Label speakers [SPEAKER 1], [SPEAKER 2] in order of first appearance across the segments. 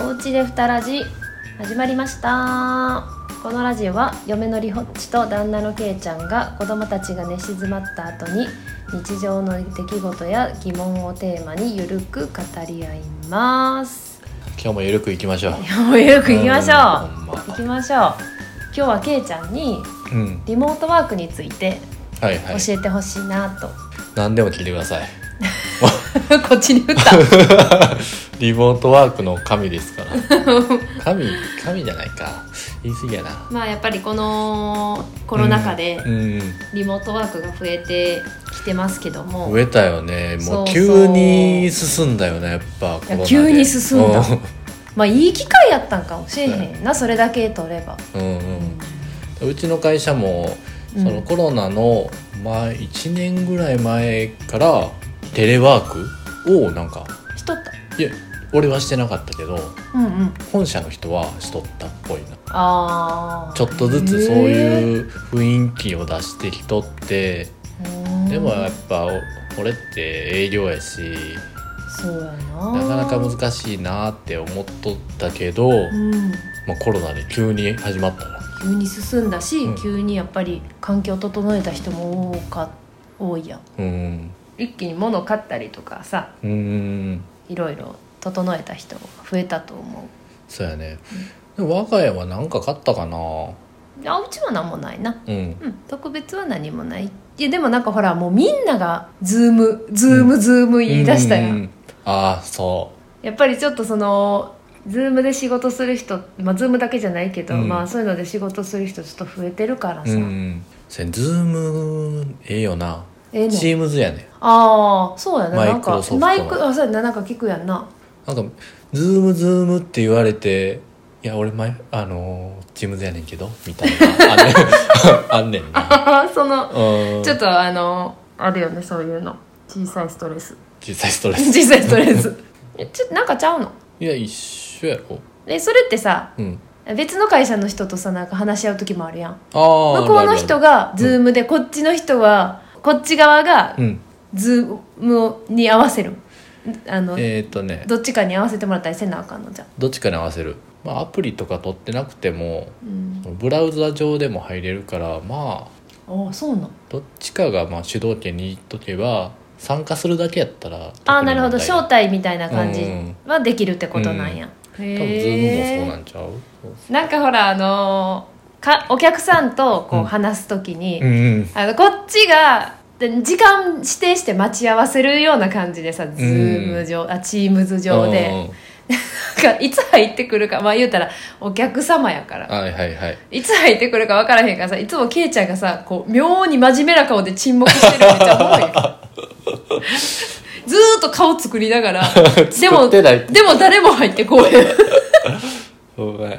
[SPEAKER 1] おうちでふたラジ始まりましたこのラジオは嫁のりほっちと旦那のけいちゃんが子供たちが寝静まった後に日常の出来事や疑問をテーマにゆるく語り合い ます
[SPEAKER 2] 今日もゆるくいきましょう
[SPEAKER 1] 今日もゆるくいきましょ
[SPEAKER 2] うんほん
[SPEAKER 1] う
[SPEAKER 2] ま
[SPEAKER 1] いきましょう今日はけいちゃんに
[SPEAKER 2] うん
[SPEAKER 1] リモートワークについて
[SPEAKER 2] はいはい
[SPEAKER 1] 教えてほしいなと、
[SPEAKER 2] 何でも聞いてください
[SPEAKER 1] こっちに打った
[SPEAKER 2] リモートワークの神ですから 神神じゃないか言い過ぎやな
[SPEAKER 1] まあやっぱりこのコロナ禍で
[SPEAKER 2] うん、うん
[SPEAKER 1] リモートワークが増えてきてますけども、
[SPEAKER 2] 増えたよねも
[SPEAKER 1] そううそう
[SPEAKER 2] 急に進んだよねやっぱコロナで
[SPEAKER 1] 急に進んだ
[SPEAKER 2] うん
[SPEAKER 1] まあいい機会やったんかもしれへ
[SPEAKER 2] そ
[SPEAKER 1] んなそれだけ取れば、
[SPEAKER 2] うんうん、うちの会社も
[SPEAKER 1] うん
[SPEAKER 2] そのコロナの前1年ぐらい前からテレワークをなんか
[SPEAKER 1] しとった
[SPEAKER 2] いや俺はしてなかったけど
[SPEAKER 1] うんうん
[SPEAKER 2] 本社の人はしとったっぽいな
[SPEAKER 1] ああ
[SPEAKER 2] ちょっとずつそういう雰囲気を出してきとって、でもやっぱお俺って営業やし
[SPEAKER 1] そうやな
[SPEAKER 2] なかなか難しいなって思っとったけど、
[SPEAKER 1] うん
[SPEAKER 2] まあ、コロナで急に始まったな
[SPEAKER 1] 急に進んだし、
[SPEAKER 2] うん
[SPEAKER 1] 急にやっぱり環境を整えた人も多か多いやん
[SPEAKER 2] うん
[SPEAKER 1] 一気に物買ったりとかさ
[SPEAKER 2] うん
[SPEAKER 1] いろいろ整えた人が増えたと思
[SPEAKER 2] そうやね、でも我が家は何か買ったかな
[SPEAKER 1] うあうちは何もないな
[SPEAKER 2] うん
[SPEAKER 1] うん、特別は何もないいやでもなんかほらもうみんながズームズームズーム言い出したやん、
[SPEAKER 2] うんああそ
[SPEAKER 1] やっぱりちょっとそのズームで仕事する人まあズームだけじゃないけど、
[SPEAKER 2] うん
[SPEAKER 1] まあそういうので仕事する人ちょっと増えてるから
[SPEAKER 2] う
[SPEAKER 1] さ、
[SPEAKER 2] うんせんズームええよな
[SPEAKER 1] ええね
[SPEAKER 2] チームズやね
[SPEAKER 1] ああそうやな
[SPEAKER 2] マイ
[SPEAKER 1] なん
[SPEAKER 2] クロ
[SPEAKER 1] か
[SPEAKER 2] ソフトの
[SPEAKER 1] マイクあそうやななんか聞くやんな
[SPEAKER 2] なんかズームズームって言われていや俺前あのーチームズやねんけどみたいなあれ あんねんな
[SPEAKER 1] その
[SPEAKER 2] うん
[SPEAKER 1] ちょっとあのあるよねそういうの小さいストレ ス
[SPEAKER 2] 実際ストレス
[SPEAKER 1] 小さいストレス えちょなんかちゃうの
[SPEAKER 2] いや一緒やろ
[SPEAKER 1] えそれってさ
[SPEAKER 2] うん
[SPEAKER 1] 別の会社の人とさなんか話し合う時もあるやん
[SPEAKER 2] ああ
[SPEAKER 1] 向こうの人がズームでこっちの人はこっち側が
[SPEAKER 2] うん
[SPEAKER 1] ズームに合わせるあの
[SPEAKER 2] えーっとね
[SPEAKER 1] どっちかに合わせてもらったりせなあかんのじゃん
[SPEAKER 2] どっちかに合わせるまあアプリとか取ってなくても
[SPEAKER 1] うん
[SPEAKER 2] ブラウザ上でも入れるからまあ
[SPEAKER 1] ああそうなん
[SPEAKER 2] どっちかがまあ主導権握っとけば参加するだけやったら
[SPEAKER 1] ああなるほど招
[SPEAKER 2] 多
[SPEAKER 1] 待みたいな感じ
[SPEAKER 2] うん
[SPEAKER 1] はできるってことなんや、
[SPEAKER 2] 分ズー
[SPEAKER 1] へえ
[SPEAKER 2] ムもそうなんちゃうそうそ
[SPEAKER 1] なんかほらあのーかお客さんとこう
[SPEAKER 2] うん
[SPEAKER 1] 話すときに、
[SPEAKER 2] ううん
[SPEAKER 1] あのこっちがで時間指定して待ち合わせるような感じでさ、ズーム上あチームズ上で、
[SPEAKER 2] うんうん
[SPEAKER 1] なんかいつ入ってくるかまあ言うたらお客様やから
[SPEAKER 2] はいはいはい
[SPEAKER 1] いつ入ってくるか分からへんからさいつもケイちゃんがさこう妙に真面目な顔で沈黙してるめっちゃおもろいよ ずーっと顔作りな がらでも
[SPEAKER 2] ってない
[SPEAKER 1] でも誰も入ってこうへん
[SPEAKER 2] そうや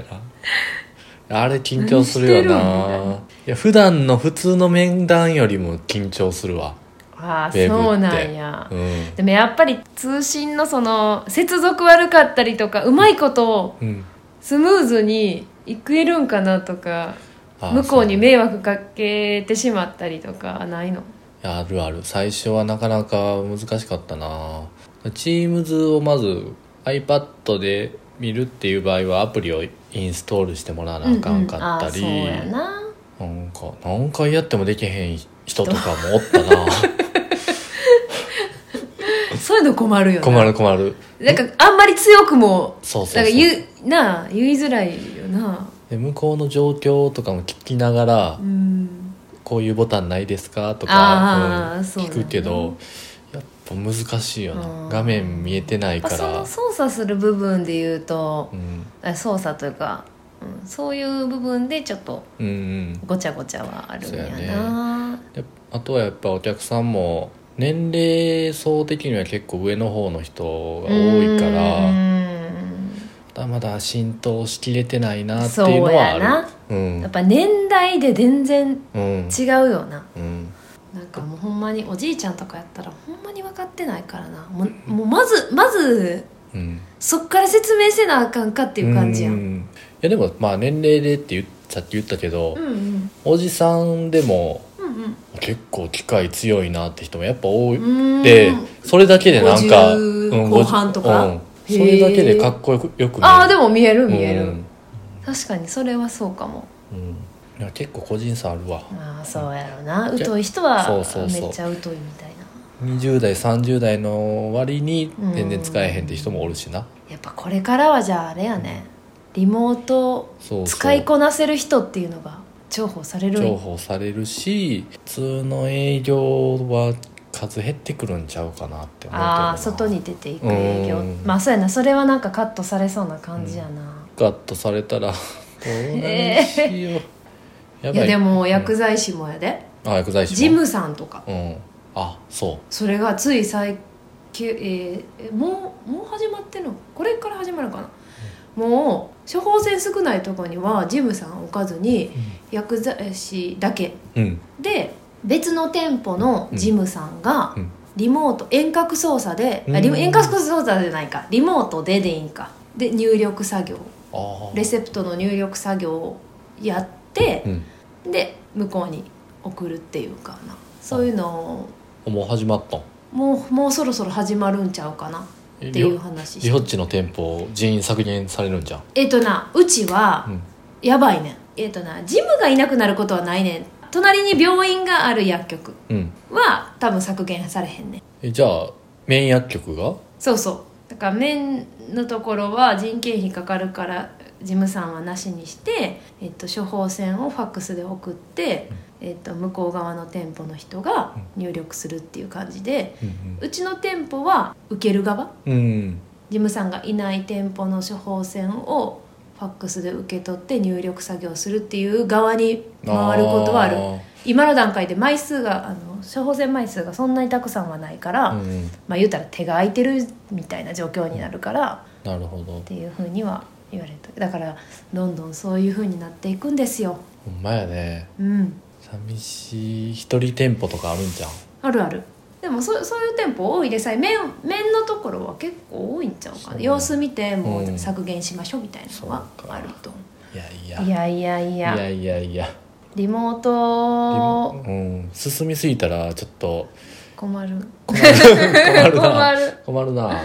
[SPEAKER 2] なあれ緊張す
[SPEAKER 1] 何してるん
[SPEAKER 2] るよ
[SPEAKER 1] みたい
[SPEAKER 2] な
[SPEAKER 1] ない
[SPEAKER 2] や普段の普通の面談よりも緊張するわ
[SPEAKER 1] あ あ
[SPEAKER 2] ウェブって
[SPEAKER 1] そうなんや、
[SPEAKER 2] うん
[SPEAKER 1] でもやっぱり通信のその接続悪かったりとかうまいことを
[SPEAKER 2] うん
[SPEAKER 1] スムーズにいくえるんかなとか
[SPEAKER 2] あ
[SPEAKER 1] 向こうに
[SPEAKER 2] そね
[SPEAKER 1] 迷惑かけてしまったりとかないの
[SPEAKER 2] いやあるある最初はなかなか難しかったな Teams をまず iPad で見るっていう場合はアプリをインストールしてもらわなあかんかったり、
[SPEAKER 1] うんうんあーそうやな
[SPEAKER 2] なんか何回やってもできへん人とかもおったな
[SPEAKER 1] そういうの困るよね
[SPEAKER 2] 困る困る
[SPEAKER 1] なんかあんまり強くも
[SPEAKER 2] そうそう
[SPEAKER 1] な
[SPEAKER 2] そうん
[SPEAKER 1] か言うなあ言いづらいよな
[SPEAKER 2] で向こうの状況とかも聞きながら、
[SPEAKER 1] うん
[SPEAKER 2] こういうボタンないですかと
[SPEAKER 1] あー
[SPEAKER 2] か、うん
[SPEAKER 1] そうだ
[SPEAKER 2] 聞
[SPEAKER 1] ね
[SPEAKER 2] くけど、やっぱ難しいよ
[SPEAKER 1] う
[SPEAKER 2] なん画面見えてな
[SPEAKER 1] や
[SPEAKER 2] い
[SPEAKER 1] っぱ
[SPEAKER 2] か
[SPEAKER 1] そ
[SPEAKER 2] ら
[SPEAKER 1] の操作する部分で言うと
[SPEAKER 2] う、ん
[SPEAKER 1] あ操作というか、うん、そういう部分でちょっと
[SPEAKER 2] うんうん
[SPEAKER 1] ごちゃごちゃはあるんや
[SPEAKER 2] そうや
[SPEAKER 1] な
[SPEAKER 2] であとはやっぱお客さんも年齢層的には結構上の方の人が多いから
[SPEAKER 1] う
[SPEAKER 2] ま
[SPEAKER 1] ん
[SPEAKER 2] だまだ浸透しきれてないなっていうのはあ
[SPEAKER 1] そうやな
[SPEAKER 2] るうん
[SPEAKER 1] やっぱ年代で全然
[SPEAKER 2] うん
[SPEAKER 1] 違うよな、
[SPEAKER 2] うん
[SPEAKER 1] なんかもうほんまにおじいちゃんとかやったらほんまに分かってないからなもうもうまずまず
[SPEAKER 2] うん
[SPEAKER 1] そっから説明せなあかんかっていう感じやん
[SPEAKER 2] ういやでもまあ年齢でって言っさっき言ったけど、
[SPEAKER 1] うんうん
[SPEAKER 2] おじさんでも
[SPEAKER 1] うん
[SPEAKER 2] 結構機械強いなって人もやっぱ多い
[SPEAKER 1] うん
[SPEAKER 2] でそれだけでなんか
[SPEAKER 1] 50
[SPEAKER 2] うん
[SPEAKER 1] 後半とか
[SPEAKER 2] うん
[SPEAKER 1] へー
[SPEAKER 2] それだけでかっこよくよく見える
[SPEAKER 1] ああでも見える見える、
[SPEAKER 2] うん
[SPEAKER 1] 確かにそれはそうかも
[SPEAKER 2] うんいや結構個人差あるわ
[SPEAKER 1] まあそうやろな
[SPEAKER 2] じゃ
[SPEAKER 1] 疎い人は
[SPEAKER 2] そうそうそう
[SPEAKER 1] めっちゃ疎いみたいな
[SPEAKER 2] 20代30代の割に全然使えへんって人もおるしな、
[SPEAKER 1] やっぱこれからはじゃああれやねリモート
[SPEAKER 2] そうそう
[SPEAKER 1] 使いこなせる人っていうのが重宝されるん
[SPEAKER 2] 重宝されるし普通の営業は数減ってくるんちゃうかなって思うけどな
[SPEAKER 1] ああ外に出ていく営業
[SPEAKER 2] うん
[SPEAKER 1] まあそうやなそれはなんかカットされそうな感じやな、
[SPEAKER 2] ガッとされたらどうなんし ようや
[SPEAKER 1] いやでも薬
[SPEAKER 2] 剤、
[SPEAKER 1] 剤師もやで、
[SPEAKER 2] うんあ薬剤師も
[SPEAKER 1] ジムさんとか
[SPEAKER 2] うんあそ
[SPEAKER 1] それがつい最近、えーえもうもう始まってんのこれから始まるのかな、もう処方箋少ないとこにはジムさん置かずに薬剤師だけ
[SPEAKER 2] ううん
[SPEAKER 1] で別の店舗のジムさんが
[SPEAKER 2] うん
[SPEAKER 1] リモート遠隔操作で、あリモ
[SPEAKER 2] うん
[SPEAKER 1] 遠隔操作じゃないかリモートででいいんかで入力作業
[SPEAKER 2] ああ
[SPEAKER 1] レセプトの入力作業をやって
[SPEAKER 2] う、ん
[SPEAKER 1] で向こうに送るっていうかなそういうのを
[SPEAKER 2] あもう始まったん
[SPEAKER 1] もうもうそろそろ始まるんちゃうかな
[SPEAKER 2] え
[SPEAKER 1] っていう話
[SPEAKER 2] リホッチの店舗人員削減されるんじゃん
[SPEAKER 1] えっとなうちは
[SPEAKER 2] うん
[SPEAKER 1] やばいねんえっとなジムがいなくなることはないねん隣に病院がある薬局
[SPEAKER 2] うん
[SPEAKER 1] は多分削減されへんねん
[SPEAKER 2] えじゃあメイン薬局が
[SPEAKER 1] そうそうだから面のところは人件費かかるから事務さんはなしにして、えっと、処方箋をファックスで送って、えっと、向こう側の店舗の人が入力するっていう感じで
[SPEAKER 2] うん
[SPEAKER 1] うちの店舗は受ける側
[SPEAKER 2] うん、うん、
[SPEAKER 1] 事務さんがいない店舗の処方箋をファックスで受け取って入力作業するっていう側に回ることはある今の段階で枚数があの処方箋枚数がそんなにたくさんはないから、
[SPEAKER 2] あーうんうん
[SPEAKER 1] まあ言うたら手が空いてるみたいな状況になるから
[SPEAKER 2] なるほど
[SPEAKER 1] っていうふうには言われただからどんどんそういうふうになっていくんですよ
[SPEAKER 2] ほんまやね
[SPEAKER 1] うん
[SPEAKER 2] 寂しい一人店舗とかあるんじゃん
[SPEAKER 1] あるあるでもそそういう店舗多いでさえ面面のところは結構多いんちゃうか
[SPEAKER 2] そう
[SPEAKER 1] な
[SPEAKER 2] ね
[SPEAKER 1] 様子見ても
[SPEAKER 2] う
[SPEAKER 1] うん削減しましょうみたいなのは
[SPEAKER 2] そうか
[SPEAKER 1] あると思う、
[SPEAKER 2] いやいや
[SPEAKER 1] いやいやいや
[SPEAKER 2] いやいやいや
[SPEAKER 1] リモート
[SPEAKER 2] うん、進みすぎたらちょっ と
[SPEAKER 1] 困る
[SPEAKER 2] 困る
[SPEAKER 1] 困
[SPEAKER 2] な
[SPEAKER 1] る
[SPEAKER 2] 困るな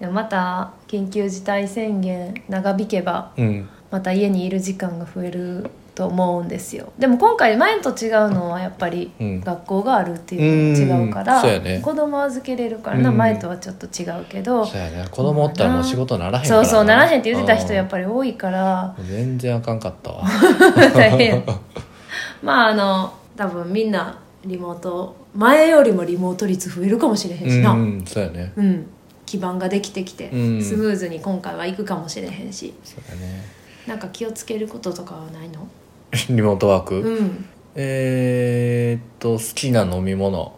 [SPEAKER 1] でもまた緊急事態宣言長引けば
[SPEAKER 2] うん
[SPEAKER 1] また家にいる時間が増えると思うんですよでも今回前と違うのはやっぱり
[SPEAKER 2] うん
[SPEAKER 1] 学校があるっていうのも違うから、
[SPEAKER 2] うんそうやね
[SPEAKER 1] 子供預けれるからな、
[SPEAKER 2] うん
[SPEAKER 1] 前とはちょっと違うけど、
[SPEAKER 2] そうやね子供おったらもう仕事ならへんから
[SPEAKER 1] そうそうならへんって言ってた人やっ
[SPEAKER 2] ぱ
[SPEAKER 1] ぱり多いから
[SPEAKER 2] 全然あかんかったわ
[SPEAKER 1] 大変まああの多分みんなリモート前よりもリモート率増えるかもしれへん
[SPEAKER 2] う
[SPEAKER 1] しな、うん
[SPEAKER 2] んそうやね
[SPEAKER 1] 基盤ができてきて、
[SPEAKER 2] うん
[SPEAKER 1] スムーズに今回はいくかもしれへんし
[SPEAKER 2] そうやね
[SPEAKER 1] なんか気をつけることとかはないの
[SPEAKER 2] リモートワーク、
[SPEAKER 1] うん
[SPEAKER 2] えー、っと好きな飲み物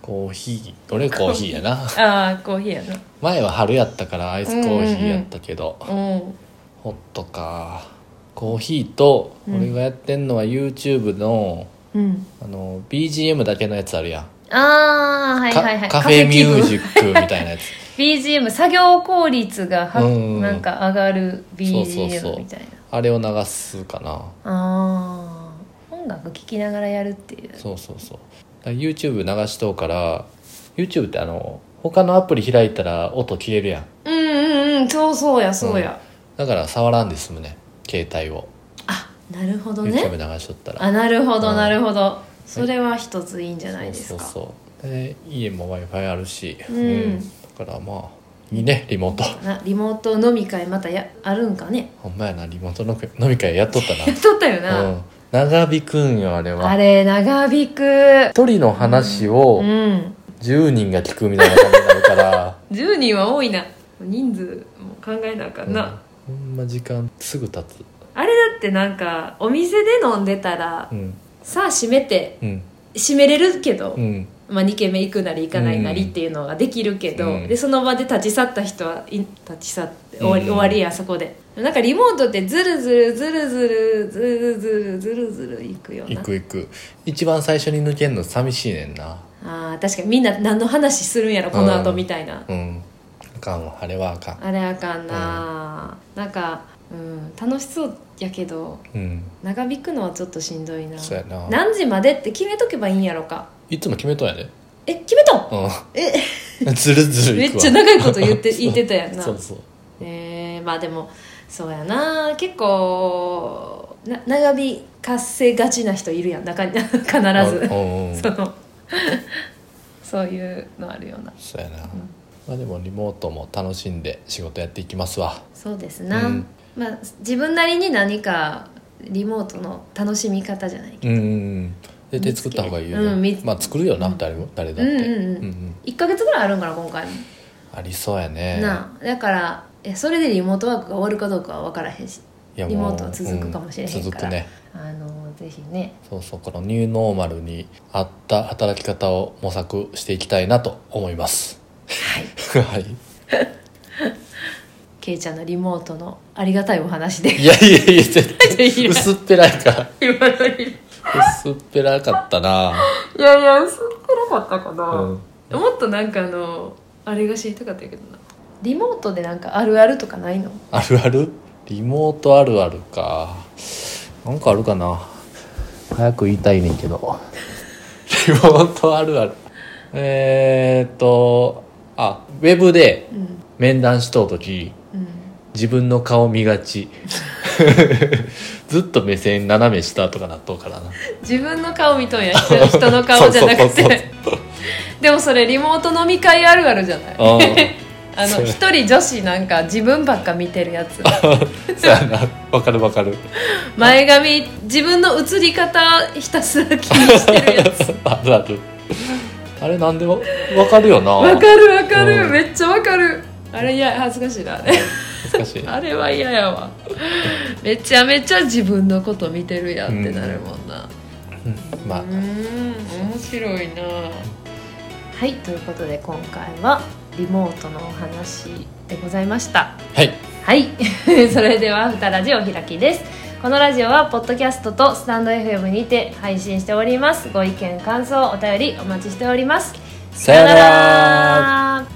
[SPEAKER 2] コーヒーどれコーヒーやな
[SPEAKER 1] ああコーヒーやな
[SPEAKER 2] 前は春やったからアイスコーヒーやったけど、
[SPEAKER 1] うん
[SPEAKER 2] ホットかコーヒーと
[SPEAKER 1] うん
[SPEAKER 2] 俺がやってんのは YouTube の,、
[SPEAKER 1] うん、
[SPEAKER 2] あの BGM だけのやつあるやん、
[SPEAKER 1] ああはいはいはい
[SPEAKER 2] カカフェミュージ
[SPEAKER 1] ック
[SPEAKER 2] ックみたいなやつ
[SPEAKER 1] BGM 作業効率がは、
[SPEAKER 2] うん
[SPEAKER 1] なんか上がる
[SPEAKER 2] そうそうそう
[SPEAKER 1] BGM みたいな
[SPEAKER 2] あれを流すかな
[SPEAKER 1] ああ音楽聴きながらやるっていう
[SPEAKER 2] そうそうそうだから YouTube 流しとうから YouTube ってあの他のアプリ開いたら音消えるやん
[SPEAKER 1] うんうんうんそうそうやそうや、
[SPEAKER 2] だから触らんで済むね携帯を、
[SPEAKER 1] あなるほど
[SPEAKER 2] YouTube
[SPEAKER 1] ね
[SPEAKER 2] 流しとったら
[SPEAKER 1] あなるほど
[SPEAKER 2] うん
[SPEAKER 1] なるほどそれは一ついいんじゃないですか
[SPEAKER 2] そうそうそうで家も w i f i あるし、
[SPEAKER 1] うん
[SPEAKER 2] だからまあいいねリモート
[SPEAKER 1] なリモート飲み会またやあるんかね
[SPEAKER 2] ほんまやなリモートの飲み会やっとっ
[SPEAKER 1] やっとったよ
[SPEAKER 2] たな、
[SPEAKER 1] な、
[SPEAKER 2] うん、長引くんよあれは
[SPEAKER 1] あれ長引く
[SPEAKER 2] 一人の話
[SPEAKER 1] う
[SPEAKER 2] を
[SPEAKER 1] ん
[SPEAKER 2] 10人が聞くみたいな感じになるから、
[SPEAKER 1] 10人は多いな人数も考えなあか
[SPEAKER 2] うん ん
[SPEAKER 1] な、
[SPEAKER 2] ほんま時間すぐ経つ
[SPEAKER 1] あれだってなんかお店で飲んでたら、
[SPEAKER 2] うん
[SPEAKER 1] さあ閉めて
[SPEAKER 2] うん
[SPEAKER 1] 閉めれるけど、
[SPEAKER 2] うん
[SPEAKER 1] まあ、2軒目行くなり行かないなりっていうのができるけど、
[SPEAKER 2] うん
[SPEAKER 1] でその場で立ち去った人はい立ち去って終わり,、
[SPEAKER 2] うん
[SPEAKER 1] 終わりやそこでなんかリモートってズルズルズルズルズルズルズルズル行くよ
[SPEAKER 2] 行
[SPEAKER 1] な
[SPEAKER 2] く行く一番最初に抜けんの寂しいねんな
[SPEAKER 1] あー確かにみんな何の話するんやろこの後
[SPEAKER 2] うん
[SPEAKER 1] みたいな、
[SPEAKER 2] うんあかんわあれはあかん
[SPEAKER 1] あれあかんな、なんか、うん、楽しそうやけど
[SPEAKER 2] うん
[SPEAKER 1] 長引くのはちょっとしんどいな
[SPEAKER 2] そうやな
[SPEAKER 1] 何時までって決めとけばいいんやろか
[SPEAKER 2] いつも決めとんやで
[SPEAKER 1] え決めたん
[SPEAKER 2] うん
[SPEAKER 1] え
[SPEAKER 2] ずるずる
[SPEAKER 1] め
[SPEAKER 2] い
[SPEAKER 1] っ
[SPEAKER 2] くわ
[SPEAKER 1] ちゃ長いこと言って言ってたやんな
[SPEAKER 2] そうそう
[SPEAKER 1] えー、まあでもそうやな結構な長引かせがちな人いるやん中に 必ず
[SPEAKER 2] うんうん
[SPEAKER 1] その そういうのあるような
[SPEAKER 2] そうやな、まあでもリモートも楽しんで仕事やっていきますわ
[SPEAKER 1] そうですな、
[SPEAKER 2] うん
[SPEAKER 1] まあ自分なりに何かリモートの楽しみ方じゃないけど、
[SPEAKER 2] うんうんうん絶対作った方がいいよな、
[SPEAKER 1] うん見つ
[SPEAKER 2] まあ作るよな、誰も誰だって、
[SPEAKER 1] うんうんうん1ヶ月ぐらいあるんかな今回も、
[SPEAKER 2] ありそうやね
[SPEAKER 1] なあだからえそれでリモートワークが終わるかどうかは分からへんし
[SPEAKER 2] いやも
[SPEAKER 1] リ
[SPEAKER 2] う
[SPEAKER 1] モートは続くかもしれへんから、
[SPEAKER 2] うん続くね
[SPEAKER 1] あのぜひね
[SPEAKER 2] そうそうこのニューノーマルに合った働き方を模索していきたいなと思いますはい、はい、
[SPEAKER 1] ケイちゃんのリモートのありがたいお話で
[SPEAKER 2] いやいやいや絶
[SPEAKER 1] でき
[SPEAKER 2] 対
[SPEAKER 1] ない
[SPEAKER 2] 薄っぺらいから
[SPEAKER 1] 今のにい
[SPEAKER 2] 薄っぺらかったな、
[SPEAKER 1] やいや薄っぺらかったかな、
[SPEAKER 2] うん、
[SPEAKER 1] もっとなんかあのあれが知りたかったけどなリモートでなんかあるあるとかないの
[SPEAKER 2] あるあるリモートあるあるかなんかあるかな早く言いたいねんけどリモートあるあるえー、っとあウェブで
[SPEAKER 1] うん
[SPEAKER 2] 面談しとう時
[SPEAKER 1] うん
[SPEAKER 2] 自分の顔見がち ずっと目線斜め下とかなっとうからな
[SPEAKER 1] 自分の顔見とんや人人の顔じゃなく
[SPEAKER 2] そうそう
[SPEAKER 1] て でもそれリモート飲み会あるあるじゃない
[SPEAKER 2] そう
[SPEAKER 1] あ
[SPEAKER 2] そ
[SPEAKER 1] の
[SPEAKER 2] う
[SPEAKER 1] 一人女子なんか自分ばっか見てるやつ
[SPEAKER 2] うん そうやなわかるわかる
[SPEAKER 1] 前髪自分の映り方ひたすら気にしてるやつ
[SPEAKER 2] あるあるあれなんでもわかるよな
[SPEAKER 1] わかるわかる、
[SPEAKER 2] うん
[SPEAKER 1] めっちゃわかるあれいや恥ずかしい なあれ
[SPEAKER 2] 難しい
[SPEAKER 1] あれは嫌やわめちゃめちゃ自分のこと見てるやんってなるもんな
[SPEAKER 2] うんまあ
[SPEAKER 1] うーん面白いなはいということで今回はリモートのお話でございました
[SPEAKER 2] はい
[SPEAKER 1] はい それでは「ふたラジオ」お開きですこのラジオはポッドキャストとスタンド FM にて配信しておりますご意見感想お便りお待ちしております
[SPEAKER 2] さよなら
[SPEAKER 1] さよなら